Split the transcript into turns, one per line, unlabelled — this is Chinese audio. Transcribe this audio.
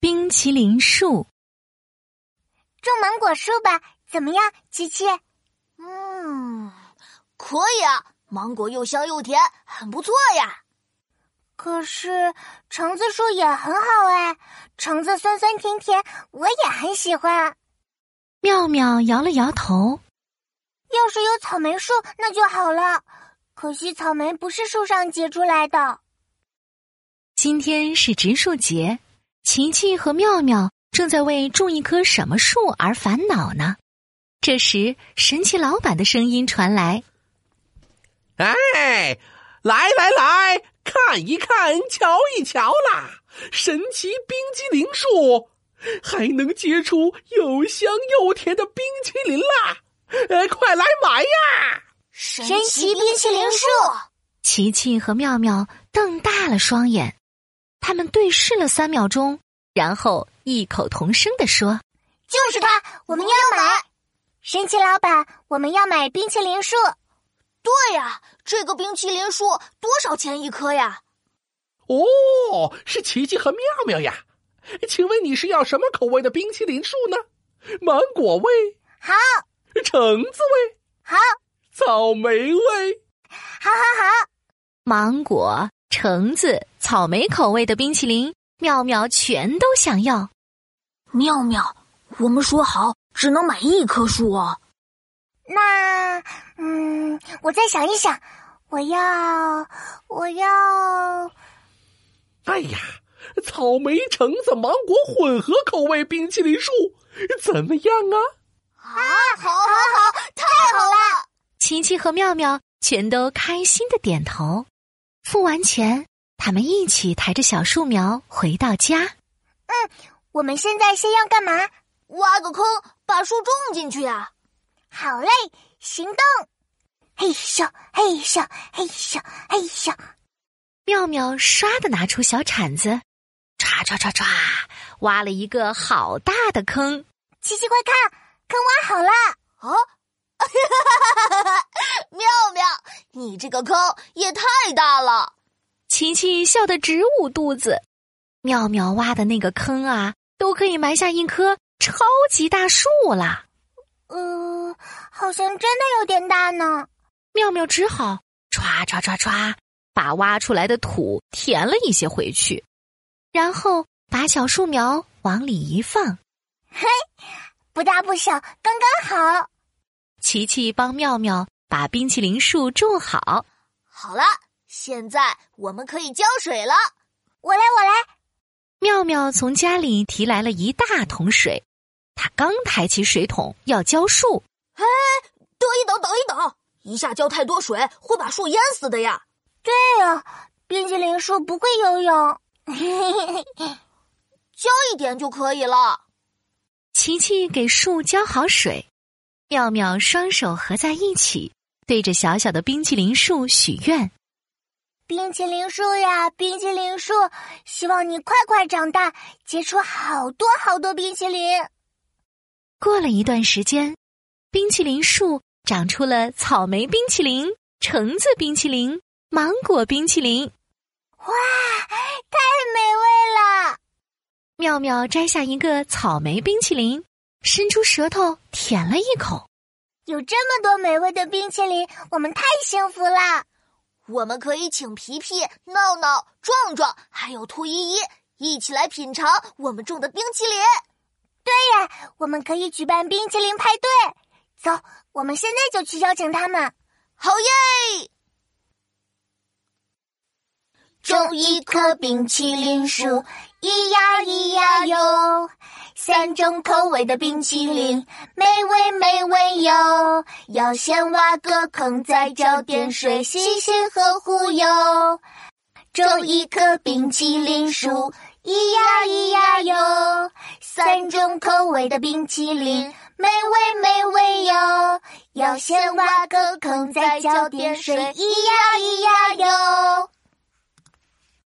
冰淇淋树，
种芒果树吧，怎么样，琪琪？
嗯，可以啊，芒果又香又甜，很不错呀。
可是橙子树也很好哎，橙子酸酸甜甜，我也很喜欢。
妙妙摇了摇头。
要是有草莓树，那就好了。可惜草莓不是树上结出来的。
今天是植树节，琪琪和妙妙正在为种一棵什么树而烦恼呢。这时，神奇老板的声音传来：“
哎，来来来，看一看，瞧一瞧啦！神奇冰激凌树还能结出又香又甜的冰淇淋啦！呃，快来买呀！”
神
奇冰淇淋树，
琪琪和妙妙瞪大了双眼，他们对视了三秒钟，然后异口同声地说：“
就是它，我们要买！”神奇老板，我们要买冰淇淋树。
对呀、啊，这个冰淇淋树多少钱一棵呀？
哦，是琪琪和妙妙呀。请问你是要什么口味的冰淇淋树呢？芒果味
好，
橙子味
好，
草莓味
好，好，好。
芒果、橙子、草莓口味的冰淇淋，妙妙全都想要。
妙妙，我们说好只能买一棵树哦。
那，嗯，我再想一想，我要，我
啊
要，
哎呀，草莓、橙子、芒果混合口味冰淇淋树怎么样啊？
啊，好，好，好，太好了！
琪琪和妙妙全都开心的点头。付完钱，他们一起抬着小树苗回到家。
嗯，我们现在先要干嘛？
挖个坑，把树种进去呀、啊！
好嘞，行动！嘿咻，嘿咻，嘿咻，嘿咻！
妙妙唰的拿出小铲子，唰唰唰唰，挖了一个好大的坑。
琪琪，快看，坑挖好了！
哦， 妙妙，你这个坑也太大了！
琪琪笑得直捂肚子。妙妙挖的那个坑啊，都可以埋下一棵超级大树了。
呃，好像真的有点大呢。
妙妙只好唰唰唰唰，把挖出来的土填了一些回去，然后把小树苗往里一放。
嘿，不大不小，刚刚好。
琪琪帮妙妙把冰淇淋树种好。
好了，现在我们可以浇水了。
我来，我来。
妙妙从家里提来了一大桶水。他刚抬起水桶要浇树，
哎，等一等，等一等，一下浇太多水会把树淹死的呀！
对呀、啊，冰淇淋树不会游泳，
浇一点就可以了。
琪琪给树浇好水，妙妙双手合在一起，对着小小的冰淇淋树许愿：“
冰淇淋树呀，冰淇淋树，希望你快快长大，结出好多好多冰淇淋。”
过了一段时间，冰淇淋树长出了草莓冰淇淋、橙子冰淇淋、芒果冰淇淋。
哇，太美味了！
妙妙摘下一个草莓冰淇淋，伸出舌头舔了一口。
有这么多美味的冰淇淋，我们太幸福了！
我们可以请皮皮、闹闹、壮壮，还有兔依依一起来品尝我们种的冰淇淋。
对呀，我们可以举办冰淇淋派对。走，我们现在就去邀请他们。
好耶！
种一棵冰淇淋树，咿呀咿呀哟，三种口味的冰淇淋，美味美味哟。要先挖个坑，再浇点水，细心呵护哟。种一棵冰淇淋树。咿呀咿呀哟，三种口味的冰淇淋，美味美味哟。要先挖个坑，再浇点水，咿呀咿呀哟。